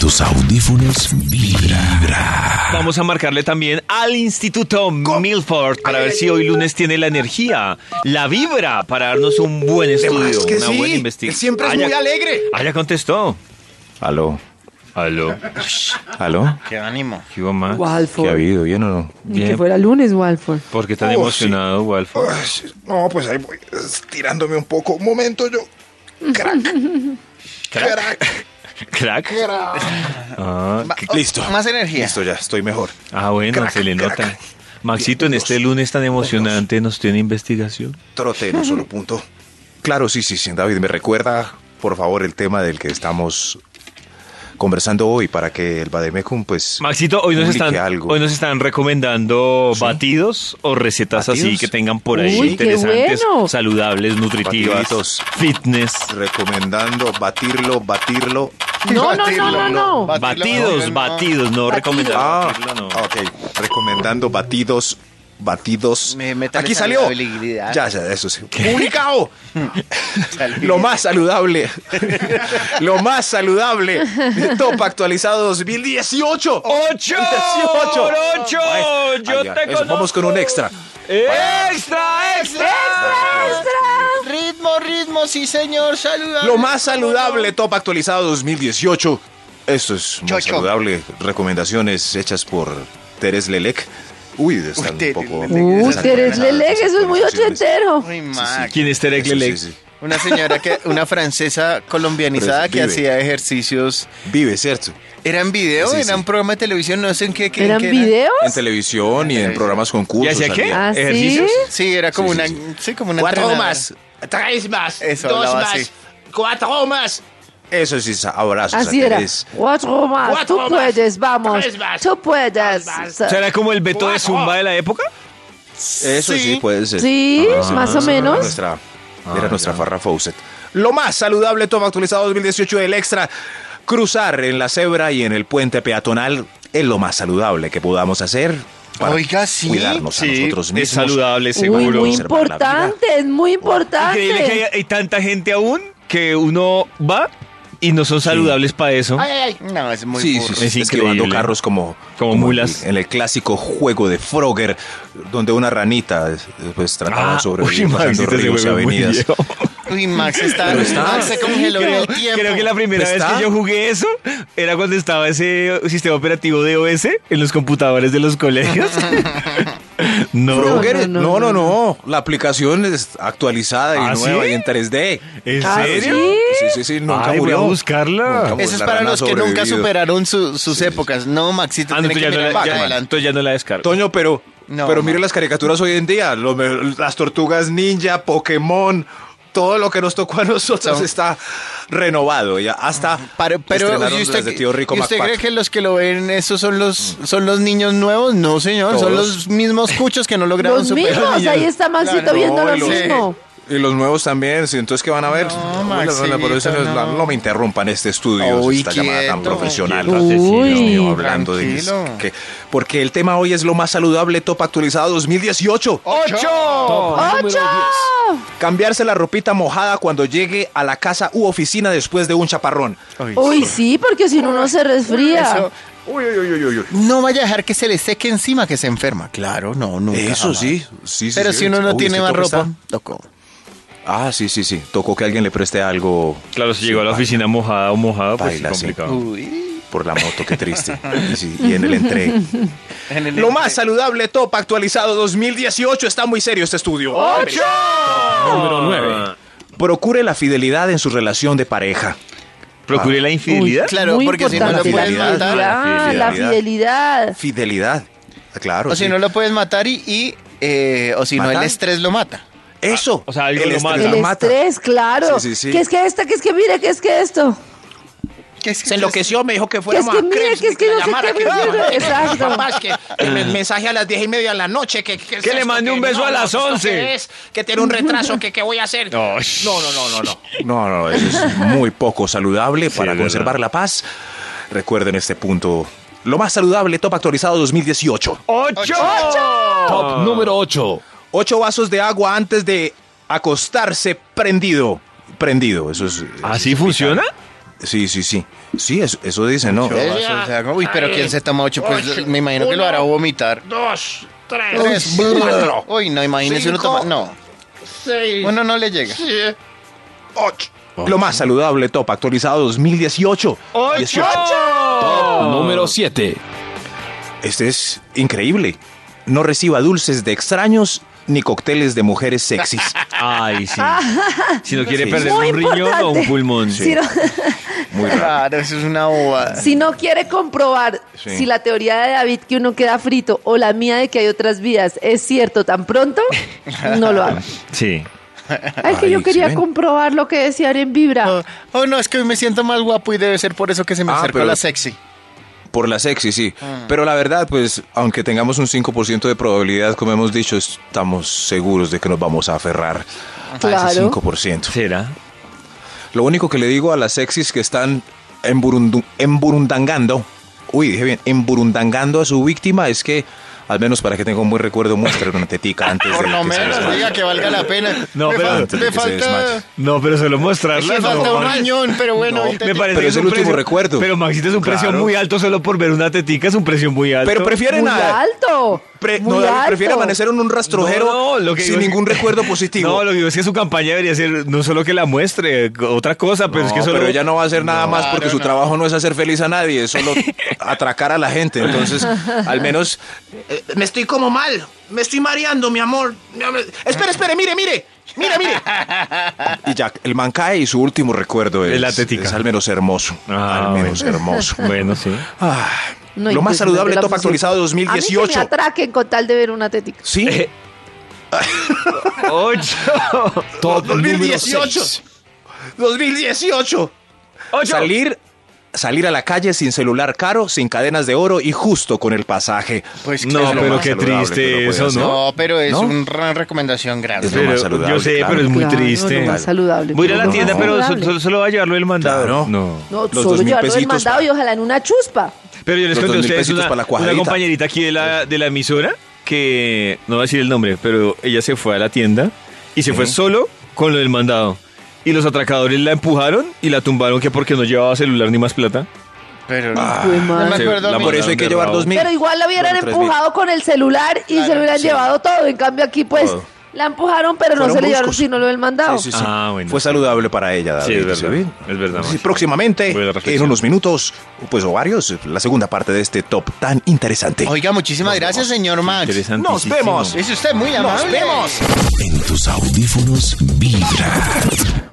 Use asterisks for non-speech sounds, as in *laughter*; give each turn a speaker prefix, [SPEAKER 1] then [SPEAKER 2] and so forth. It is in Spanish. [SPEAKER 1] tus audífonos vibra.
[SPEAKER 2] Vamos a marcarle también al Instituto Milford para ver si hoy lunes tiene la energía, la vibra para darnos un buen estudio,
[SPEAKER 3] más que
[SPEAKER 2] una
[SPEAKER 3] sí,
[SPEAKER 2] buena
[SPEAKER 3] él
[SPEAKER 2] investigación.
[SPEAKER 3] siempre es muy alegre.
[SPEAKER 2] Ah, ya contestó.
[SPEAKER 4] Aló,
[SPEAKER 2] Aló.
[SPEAKER 4] aló,
[SPEAKER 5] Qué ánimo.
[SPEAKER 2] ¿Qué hubo más?
[SPEAKER 4] ¿qué ha
[SPEAKER 6] Walford.
[SPEAKER 4] habido? ¿Bien o no?
[SPEAKER 6] Ni que
[SPEAKER 2] Bien.
[SPEAKER 6] fuera lunes, Walford.
[SPEAKER 2] ¿Por qué tan
[SPEAKER 3] Oh,
[SPEAKER 2] emocionado, Walford?
[SPEAKER 3] Ay, No, pues ahí voy estirándome un poco. Un momento, yo.
[SPEAKER 4] *laughs*
[SPEAKER 3] Crack. Crack.
[SPEAKER 2] ¿Crack?
[SPEAKER 3] Crack.
[SPEAKER 2] Ah,
[SPEAKER 5] Ma-
[SPEAKER 2] qué-
[SPEAKER 5] oh,
[SPEAKER 4] listo.
[SPEAKER 5] Más energía.
[SPEAKER 4] Listo, ya, estoy mejor.
[SPEAKER 2] ah, bueno,
[SPEAKER 3] Crack,
[SPEAKER 2] se le
[SPEAKER 3] crack.
[SPEAKER 2] nota. Maxito, en este lunes tan emocionante nos tiene investigación.
[SPEAKER 4] Trote,
[SPEAKER 5] *laughs*
[SPEAKER 4] no solo punto. Claro, sí, sí, sí, David, me recuerda, por favor, el tema del que estamos conversando hoy para que el Bademecum, pues...
[SPEAKER 2] Maxito, hoy nos
[SPEAKER 4] publique
[SPEAKER 2] están,
[SPEAKER 4] algo.
[SPEAKER 2] hoy nos están recomendando batidos o recetas así
[SPEAKER 4] ¿Batidos?
[SPEAKER 2] que tengan por ahí
[SPEAKER 6] Uy, qué
[SPEAKER 2] interesantes,
[SPEAKER 6] bueno.
[SPEAKER 2] saludables, nutritivas,
[SPEAKER 4] Batiditos.
[SPEAKER 2] fitness.
[SPEAKER 4] Recomendando batirlo, batirlo.
[SPEAKER 6] No, no,
[SPEAKER 5] Batirlo,
[SPEAKER 6] no, no, no.
[SPEAKER 5] Bat-
[SPEAKER 2] Batidos, batidos,
[SPEAKER 5] no,
[SPEAKER 2] no
[SPEAKER 6] Batidos.
[SPEAKER 2] recomendado.
[SPEAKER 4] Ah,
[SPEAKER 2] batirlo, no.
[SPEAKER 4] ok. Recomendando batidos, batidos.
[SPEAKER 5] Me- métale
[SPEAKER 4] Aquí salió.
[SPEAKER 5] saludabilidad.
[SPEAKER 4] Ya, ya, eso sí.
[SPEAKER 5] *laughs*
[SPEAKER 4] Publicado. Lo más saludable. *laughs* Lo más saludable. Top actualizado 2018.
[SPEAKER 2] ¡Ocho!
[SPEAKER 4] 18.
[SPEAKER 2] ¡Por ocho!
[SPEAKER 4] Ay,
[SPEAKER 2] ¡Yo
[SPEAKER 4] ya,
[SPEAKER 2] te
[SPEAKER 4] eso, Vamos
[SPEAKER 2] conozco!
[SPEAKER 4] con un extra.
[SPEAKER 2] ¡Extra, extra!
[SPEAKER 5] Ritmo, ritmo, sí señor, saludable.
[SPEAKER 4] Lo más saludable, top actualizado 2018. Esto es muy
[SPEAKER 5] Chocho.
[SPEAKER 4] saludable. Recomendaciones hechas por Teres Lelec. Uy, están
[SPEAKER 5] Teres
[SPEAKER 4] un poco.
[SPEAKER 5] Lelec,
[SPEAKER 6] Uh,
[SPEAKER 4] esas
[SPEAKER 6] Teres
[SPEAKER 4] buenas-
[SPEAKER 6] Lelec, eso es muy
[SPEAKER 4] recomendaciones.
[SPEAKER 6] ochentero.
[SPEAKER 5] Uy, Max.
[SPEAKER 2] ¿Quién es Terek
[SPEAKER 4] Eso sí,
[SPEAKER 2] Lelec?
[SPEAKER 4] sí.
[SPEAKER 5] Una señora que, una francesa colombianizada
[SPEAKER 4] Pero
[SPEAKER 5] que
[SPEAKER 4] vive.
[SPEAKER 5] hacía ejercicios.
[SPEAKER 4] Vive, ¿cierto?
[SPEAKER 5] ¿Era en video?
[SPEAKER 4] Sí, sí.
[SPEAKER 5] ¿Era un programa de televisión? No sé en qué. qué-
[SPEAKER 6] ¿Eran
[SPEAKER 5] qué era.
[SPEAKER 6] videos?
[SPEAKER 4] En televisión y en programas
[SPEAKER 2] ¿Y
[SPEAKER 4] concursos.
[SPEAKER 2] hacía qué?
[SPEAKER 4] salía.
[SPEAKER 6] Ah, sí.
[SPEAKER 2] ¿Ejercicios?
[SPEAKER 5] Sí, era como
[SPEAKER 4] Sí, sí,
[SPEAKER 5] una. Sí,
[SPEAKER 4] sí.
[SPEAKER 5] como una.
[SPEAKER 4] Cuatro
[SPEAKER 5] entrenadora.
[SPEAKER 4] más, tres más,
[SPEAKER 5] Eso,
[SPEAKER 4] dos
[SPEAKER 5] hablaba
[SPEAKER 4] más,
[SPEAKER 5] así.
[SPEAKER 4] cuatro más. Eso sí, es abrazos.
[SPEAKER 6] Así
[SPEAKER 4] a
[SPEAKER 6] era.
[SPEAKER 4] Teres.
[SPEAKER 6] Cuatro más.
[SPEAKER 4] Cuatro más.
[SPEAKER 6] Tú puedes, vamos. Tú puedes.
[SPEAKER 2] ¿Será como el Beto de Zumba de la época?
[SPEAKER 4] Eso sí, Ah, puede ser.
[SPEAKER 6] Sí, más o
[SPEAKER 4] Era
[SPEAKER 6] menos.
[SPEAKER 4] nuestra, era nuestra farra Fawcett. Lo más saludable, Top Actualizado 2018 del Extra. Cruzar en la cebra y en el puente peatonal es lo más saludable que podamos hacer. Para
[SPEAKER 5] Oiga, sí.
[SPEAKER 4] Cuidarnos a nosotros mismos.
[SPEAKER 2] es saludable,
[SPEAKER 6] Uy,
[SPEAKER 2] seguro.
[SPEAKER 6] muy
[SPEAKER 4] Observar la vida.
[SPEAKER 6] importante, es
[SPEAKER 2] Increíble
[SPEAKER 6] muy
[SPEAKER 2] que
[SPEAKER 6] importante.
[SPEAKER 2] haya- hay tanta gente aún que uno va y no son saludables para eso.
[SPEAKER 5] No, es muy
[SPEAKER 4] Sí,
[SPEAKER 5] burro.
[SPEAKER 4] sí, sí,
[SPEAKER 2] Es
[SPEAKER 4] esquivando
[SPEAKER 2] increíble.
[SPEAKER 4] carros como,
[SPEAKER 2] Como mulas.
[SPEAKER 4] En el clásico juego de Frogger, donde una ranita eh, pues trataba de
[SPEAKER 2] Ah,
[SPEAKER 4] sobrevivir
[SPEAKER 2] uy,
[SPEAKER 4] pasando
[SPEAKER 2] Maxito, se
[SPEAKER 4] ríos y
[SPEAKER 2] vuelve muy
[SPEAKER 4] avenidas.
[SPEAKER 2] viejo.
[SPEAKER 5] Uy, Max está.
[SPEAKER 4] está-
[SPEAKER 5] Max se congeló en
[SPEAKER 2] Creo,
[SPEAKER 5] el tiempo.
[SPEAKER 2] creo que la primera
[SPEAKER 4] Pero
[SPEAKER 2] vez
[SPEAKER 4] está-
[SPEAKER 2] que yo jugué eso era cuando estaba ese sistema operativo de OS en los computadores de los colegios. no.
[SPEAKER 4] Frogger,
[SPEAKER 6] no,
[SPEAKER 4] no, no,
[SPEAKER 6] no,
[SPEAKER 4] no, la aplicación es actualizada y
[SPEAKER 2] ¿Ah,
[SPEAKER 4] nueva
[SPEAKER 2] sí?
[SPEAKER 4] y en 3D.
[SPEAKER 2] ¿En
[SPEAKER 6] Ah,
[SPEAKER 2] serio?
[SPEAKER 4] Sí, sí, sí, nunca
[SPEAKER 2] Ay, voy
[SPEAKER 4] murió.
[SPEAKER 2] a buscarla.
[SPEAKER 4] Nunca murió.
[SPEAKER 5] Eso es
[SPEAKER 4] La
[SPEAKER 5] para
[SPEAKER 4] rana
[SPEAKER 5] los que nunca
[SPEAKER 4] sobrevivió.
[SPEAKER 5] superaron su- sus épocas. No, Maxito,
[SPEAKER 2] Ah, no,
[SPEAKER 5] tiene
[SPEAKER 2] tú
[SPEAKER 5] que
[SPEAKER 2] ya no,
[SPEAKER 5] mirar
[SPEAKER 2] la,
[SPEAKER 5] más
[SPEAKER 2] ya-
[SPEAKER 5] adelante.
[SPEAKER 2] tú ya no la descargo.
[SPEAKER 4] Toño, pero,
[SPEAKER 5] No,
[SPEAKER 4] pero mire
[SPEAKER 5] man.
[SPEAKER 4] las caricaturas hoy en día, lo me- las tortugas ninja, Pokémon, todo lo que nos tocó a nosotros
[SPEAKER 5] Son-
[SPEAKER 4] está renovado ya hasta
[SPEAKER 5] Para- pero
[SPEAKER 4] estrenaron
[SPEAKER 5] ¿y usted,
[SPEAKER 4] las de tío Rico
[SPEAKER 5] ¿y usted
[SPEAKER 4] Macpac.
[SPEAKER 5] cree que los que lo ven esos son los son los niños nuevos? No, señor, son
[SPEAKER 4] Todos.
[SPEAKER 5] los mismos cuchos que no lograron
[SPEAKER 6] Los
[SPEAKER 5] superar.
[SPEAKER 6] mismos, ahí está Maxito
[SPEAKER 5] Claro,
[SPEAKER 6] viendo
[SPEAKER 4] no,
[SPEAKER 6] lo
[SPEAKER 4] los-
[SPEAKER 6] mismo.
[SPEAKER 4] Y los nuevos también, sí, entonces ¿qué van a ver?
[SPEAKER 5] No,
[SPEAKER 4] Hola, hola,
[SPEAKER 5] Maxito,
[SPEAKER 4] pero eso no, es la-
[SPEAKER 5] no.
[SPEAKER 4] no me interrumpan este estudio,
[SPEAKER 5] Uy,
[SPEAKER 4] esta llamada tan
[SPEAKER 5] quieto.
[SPEAKER 4] profesional. Dios
[SPEAKER 6] Uy.
[SPEAKER 4] mío, hablando de que-
[SPEAKER 5] Tranquilo.
[SPEAKER 4] que- porque el tema hoy es lo más saludable top actualizado 2018.
[SPEAKER 6] ¡Ocho!
[SPEAKER 4] Cambiarse la ropita mojada cuando llegue a la casa u oficina después de un chaparrón.
[SPEAKER 6] Uy, sí, porque si no, uno se resfría.
[SPEAKER 5] Eso- No vaya a dejar que se le seque encima que se enferma. Claro, no, nunca.
[SPEAKER 4] Eso
[SPEAKER 5] jamás.
[SPEAKER 4] sí, sí, sí,
[SPEAKER 5] Pero
[SPEAKER 4] sí.
[SPEAKER 5] si uno no
[SPEAKER 4] Uy,
[SPEAKER 5] tiene
[SPEAKER 4] este
[SPEAKER 5] más
[SPEAKER 4] toque
[SPEAKER 5] ropa,
[SPEAKER 4] está-
[SPEAKER 5] tocó.
[SPEAKER 4] Ah, sí, sí, sí. Tocó que alguien le preste algo.
[SPEAKER 2] Claro, si llegó a la
[SPEAKER 4] Sí,
[SPEAKER 2] oficina mojada o mojado, pues sí,
[SPEAKER 4] Baila, sí.
[SPEAKER 2] complicado.
[SPEAKER 5] Uy.
[SPEAKER 4] Por la moto, qué triste. Y, sí, y en el entre.
[SPEAKER 5] En el-
[SPEAKER 4] Lo más saludable, top actualizado 2018. Está muy serio este estudio.
[SPEAKER 2] Número 9.
[SPEAKER 4] Procure la fidelidad en su relación de pareja.
[SPEAKER 2] Procure la infidelidad.
[SPEAKER 6] Uy,
[SPEAKER 5] Claro,
[SPEAKER 6] muy
[SPEAKER 5] porque si no lo
[SPEAKER 6] importante,
[SPEAKER 5] puedes
[SPEAKER 6] la
[SPEAKER 5] matar.
[SPEAKER 4] La
[SPEAKER 6] fidelidad, La
[SPEAKER 4] fidelidad.
[SPEAKER 6] fidelidad.
[SPEAKER 4] Fidelidad. Ah, Claro.
[SPEAKER 5] O si
[SPEAKER 4] sí.
[SPEAKER 5] no lo puedes matar y, y, eh, o si no
[SPEAKER 4] ¿Matar?
[SPEAKER 5] el estrés lo mata.
[SPEAKER 4] Eso.
[SPEAKER 2] O sea, algo
[SPEAKER 4] el
[SPEAKER 2] lo Pues mata.
[SPEAKER 4] estrés
[SPEAKER 6] El
[SPEAKER 4] lo mata.
[SPEAKER 6] estrés, claro.
[SPEAKER 4] Sí, sí, sí.
[SPEAKER 6] Que es que esta, que es que mire, que es que esto.
[SPEAKER 5] ¿Qué es que
[SPEAKER 4] Se enloqueció, me dijo que
[SPEAKER 6] Que
[SPEAKER 4] fuera
[SPEAKER 6] es que mire, que es que no sé qué mire. Exacto.
[SPEAKER 4] que, el mensaje a las diez y media de la noche. Que, pues,
[SPEAKER 2] es Que le esto, mande que un beso no, a las no, ¿esto 11. qué es?
[SPEAKER 4] que tiene un retraso, que qué voy a hacer.
[SPEAKER 2] No,
[SPEAKER 4] No, no, no, no, no. No, no, eso es muy poco saludable para
[SPEAKER 2] es
[SPEAKER 4] conservar la paz. Recuerden este punto. Lo más saludable, top actualizado 2018.
[SPEAKER 2] ¡Ocho!
[SPEAKER 1] Top número 8.
[SPEAKER 4] Ocho vasos de agua antes de acostarse prendido. Prendido, eso es.
[SPEAKER 2] ¿Así
[SPEAKER 4] eso es
[SPEAKER 2] Ah. funciona?
[SPEAKER 4] vital. Sí, sí, sí. Sí, eso, eso dice, ¿no?
[SPEAKER 5] Ocho vasos de agua. Uy, pero ¿quién se toma ocho? Pues me imagino que lo hará vomitar.
[SPEAKER 7] Dos, tres,
[SPEAKER 5] Tres, cuatro. Uy, no, imagínese uno toma. No.
[SPEAKER 7] seis,
[SPEAKER 5] Uno no le llega.
[SPEAKER 7] siete.
[SPEAKER 3] Ocho.
[SPEAKER 4] Lo más saludable, top actualizado 2018.
[SPEAKER 6] Oh.
[SPEAKER 1] Número 7.
[SPEAKER 4] Este es increíble. No reciba dulces de extraños ni cócteles de mujeres sexys.
[SPEAKER 2] Ay,
[SPEAKER 6] *laughs*
[SPEAKER 2] sí. Si no quiere
[SPEAKER 4] Sí.
[SPEAKER 2] perder
[SPEAKER 6] Muy
[SPEAKER 2] un riñón o un
[SPEAKER 6] importante.
[SPEAKER 2] pulmón.
[SPEAKER 6] Si no, *laughs*
[SPEAKER 4] Muy raro.
[SPEAKER 5] Claro, eso es una boba.
[SPEAKER 6] si no quiere comprobar
[SPEAKER 4] Sí.
[SPEAKER 6] si la teoría de David que uno queda frito o la mía de que hay otras vidas es cierto tan
[SPEAKER 2] *laughs*
[SPEAKER 6] pronto, no lo haga.
[SPEAKER 2] Sí.
[SPEAKER 6] Ay, que yo
[SPEAKER 4] Ay,
[SPEAKER 6] quería
[SPEAKER 4] sí ven.
[SPEAKER 6] comprobar lo que decía en Vibra.
[SPEAKER 5] Oh, oh, no, es que hoy me siento más guapo y debe ser por eso que se me
[SPEAKER 4] Ah,
[SPEAKER 5] acercó
[SPEAKER 4] pero-
[SPEAKER 5] la sexy.
[SPEAKER 4] Por la sexy, sí. Pero la verdad, pues, aunque tengamos un 5% de probabilidad, como hemos dicho, estamos seguros de que nos vamos a aferrar a ese
[SPEAKER 6] Claro.
[SPEAKER 4] 5%.
[SPEAKER 2] ¿Será?
[SPEAKER 4] Lo único que le digo a las sexys que están emburundu- emburundangando, uy, dije bien, emburundangando a su víctima es que, al menos para que tenga un buen recuerdo, muestre una
[SPEAKER 2] *laughs*
[SPEAKER 4] tetica antes de
[SPEAKER 5] Por lo
[SPEAKER 4] que se
[SPEAKER 5] menos,
[SPEAKER 4] desmaye.
[SPEAKER 5] diga que valga la
[SPEAKER 4] *laughs*
[SPEAKER 5] pena.
[SPEAKER 2] No,
[SPEAKER 5] me
[SPEAKER 2] pero
[SPEAKER 5] fal-
[SPEAKER 4] antes de
[SPEAKER 5] me
[SPEAKER 4] que se
[SPEAKER 5] falta,
[SPEAKER 4] desmaye.
[SPEAKER 2] No, pero solo mostrarla.
[SPEAKER 5] me falta un añón, pero bueno.
[SPEAKER 2] Me
[SPEAKER 5] intento-
[SPEAKER 2] parece
[SPEAKER 4] Pero
[SPEAKER 2] que
[SPEAKER 4] es el último
[SPEAKER 2] precio-
[SPEAKER 4] recuerdo.
[SPEAKER 2] Pero Maxito es un precio
[SPEAKER 4] Claro.
[SPEAKER 2] muy alto solo por ver una tetica, es un precio muy alto.
[SPEAKER 4] Pero prefieren
[SPEAKER 6] Muy
[SPEAKER 4] a-
[SPEAKER 6] alto.
[SPEAKER 4] pre-
[SPEAKER 6] muy
[SPEAKER 4] no, David,
[SPEAKER 6] alto.
[SPEAKER 4] prefiere amanecer en un rastrojero
[SPEAKER 2] No, no, lo que
[SPEAKER 4] sin
[SPEAKER 2] digo es- *laughs*
[SPEAKER 4] ningún recuerdo positivo.
[SPEAKER 2] No, lo que digo es que su campaña debería ser no solo que la muestre, otra cosa, pero
[SPEAKER 4] No,
[SPEAKER 2] es que solo.
[SPEAKER 4] pero ella no va a hacer nada más porque
[SPEAKER 5] claro,
[SPEAKER 4] su
[SPEAKER 5] no.
[SPEAKER 4] trabajo no es hacer feliz a nadie,
[SPEAKER 2] *laughs*
[SPEAKER 4] es solo atracar a la gente. Entonces, al menos
[SPEAKER 7] Eh, Me estoy como mal. Me estoy mareando, mi amor. No, me- Espere, espere, mire, mire.
[SPEAKER 2] *laughs*
[SPEAKER 7] Mire, mire.
[SPEAKER 4] y ya el man cae y su último recuerdo es,
[SPEAKER 2] Es la tética.
[SPEAKER 4] es al menos hermoso,
[SPEAKER 2] Ah,
[SPEAKER 4] al menos
[SPEAKER 2] *laughs*
[SPEAKER 4] hermoso.
[SPEAKER 2] Bueno, sí.
[SPEAKER 4] Ah,
[SPEAKER 6] No,
[SPEAKER 4] lo más
[SPEAKER 6] impresionante
[SPEAKER 4] saludable
[SPEAKER 6] la
[SPEAKER 4] top
[SPEAKER 6] fusión.
[SPEAKER 4] actualizado
[SPEAKER 6] A mí que me
[SPEAKER 4] 2018.
[SPEAKER 6] atraquen con tal de ver una tética.
[SPEAKER 4] Sí.
[SPEAKER 2] Eh, Ocho.
[SPEAKER 1] Top número
[SPEAKER 7] 2018.
[SPEAKER 1] 6.
[SPEAKER 7] 2018.
[SPEAKER 2] Ocho.
[SPEAKER 4] Salir salir a la calle sin celular caro, sin cadenas de oro y justo con el pasaje.
[SPEAKER 5] Pues
[SPEAKER 2] No,
[SPEAKER 5] claro.
[SPEAKER 2] pero
[SPEAKER 4] más
[SPEAKER 2] qué
[SPEAKER 4] saludable
[SPEAKER 2] triste
[SPEAKER 4] que uno puede
[SPEAKER 2] eso,
[SPEAKER 4] hacer.
[SPEAKER 2] ¿no?
[SPEAKER 5] No, pero es
[SPEAKER 4] ¿No?
[SPEAKER 5] una recomendación grave.
[SPEAKER 4] Es lo más
[SPEAKER 2] Pero-
[SPEAKER 4] saludable,
[SPEAKER 2] yo sé,
[SPEAKER 4] claro.
[SPEAKER 2] pero es muy
[SPEAKER 6] Claro,
[SPEAKER 2] triste.
[SPEAKER 6] no, lo más saludable.
[SPEAKER 2] Voy a ir a la
[SPEAKER 6] No,
[SPEAKER 2] tienda,
[SPEAKER 6] no.
[SPEAKER 2] pero so-
[SPEAKER 6] Saludable.
[SPEAKER 2] solo, solo va a llevarlo el mandado.
[SPEAKER 4] Claro.
[SPEAKER 2] No.
[SPEAKER 6] No,
[SPEAKER 4] Los
[SPEAKER 6] solo
[SPEAKER 4] dos mil
[SPEAKER 6] llevarlo el
[SPEAKER 4] pesitos
[SPEAKER 6] mandado
[SPEAKER 4] para-
[SPEAKER 6] y ojalá en una chuspa.
[SPEAKER 2] Pero yo les
[SPEAKER 4] Los
[SPEAKER 2] conté a
[SPEAKER 4] dos mil
[SPEAKER 2] ustedes
[SPEAKER 4] pesitos
[SPEAKER 2] una,
[SPEAKER 4] para la
[SPEAKER 2] una
[SPEAKER 4] cuajadita.
[SPEAKER 2] compañerita aquí de la, de la emisora que no voy a decir el nombre, pero ella se fue a la tienda y se fue solo con lo del mandado. Y los atracadores la empujaron y la tumbaron que porque no llevaba celular ni más plata.
[SPEAKER 5] Pero
[SPEAKER 4] Ah,
[SPEAKER 6] Pues,
[SPEAKER 5] no
[SPEAKER 6] madre.
[SPEAKER 5] me
[SPEAKER 2] se-
[SPEAKER 5] acuerdo.
[SPEAKER 2] la
[SPEAKER 5] a mí.
[SPEAKER 4] Por eso hay que
[SPEAKER 2] de
[SPEAKER 4] llevar
[SPEAKER 2] rabo.
[SPEAKER 4] dos mil.
[SPEAKER 6] Pero igual la hubieran
[SPEAKER 4] Bueno, tres mil.
[SPEAKER 6] empujado con el celular y se
[SPEAKER 5] Claro,
[SPEAKER 6] lo hubieran
[SPEAKER 5] sí.
[SPEAKER 6] llevado todo. En cambio aquí pues
[SPEAKER 4] Todo.
[SPEAKER 6] la empujaron, pero no
[SPEAKER 4] Fueron
[SPEAKER 6] se le llevaron
[SPEAKER 4] bruscos.
[SPEAKER 6] sino lo del mandado.
[SPEAKER 4] Sí, sí, sí.
[SPEAKER 2] Ah, bueno.
[SPEAKER 4] Fue saludable para ella, David.
[SPEAKER 2] Sí, es verdad.
[SPEAKER 4] bien?
[SPEAKER 2] Es verdad,
[SPEAKER 4] Sí,
[SPEAKER 2] Maxi.
[SPEAKER 4] próximamente,
[SPEAKER 2] Voy a la
[SPEAKER 4] en
[SPEAKER 2] reflexión.
[SPEAKER 4] unos minutos, pues o varios, la segunda parte de este top tan interesante.
[SPEAKER 5] Oiga, muchísimas gracias, señor Max.
[SPEAKER 2] Interesantísimo.
[SPEAKER 4] Nos vemos.
[SPEAKER 5] Es usted muy amable.
[SPEAKER 4] Nos vemos.
[SPEAKER 1] En tus audífonos vibra.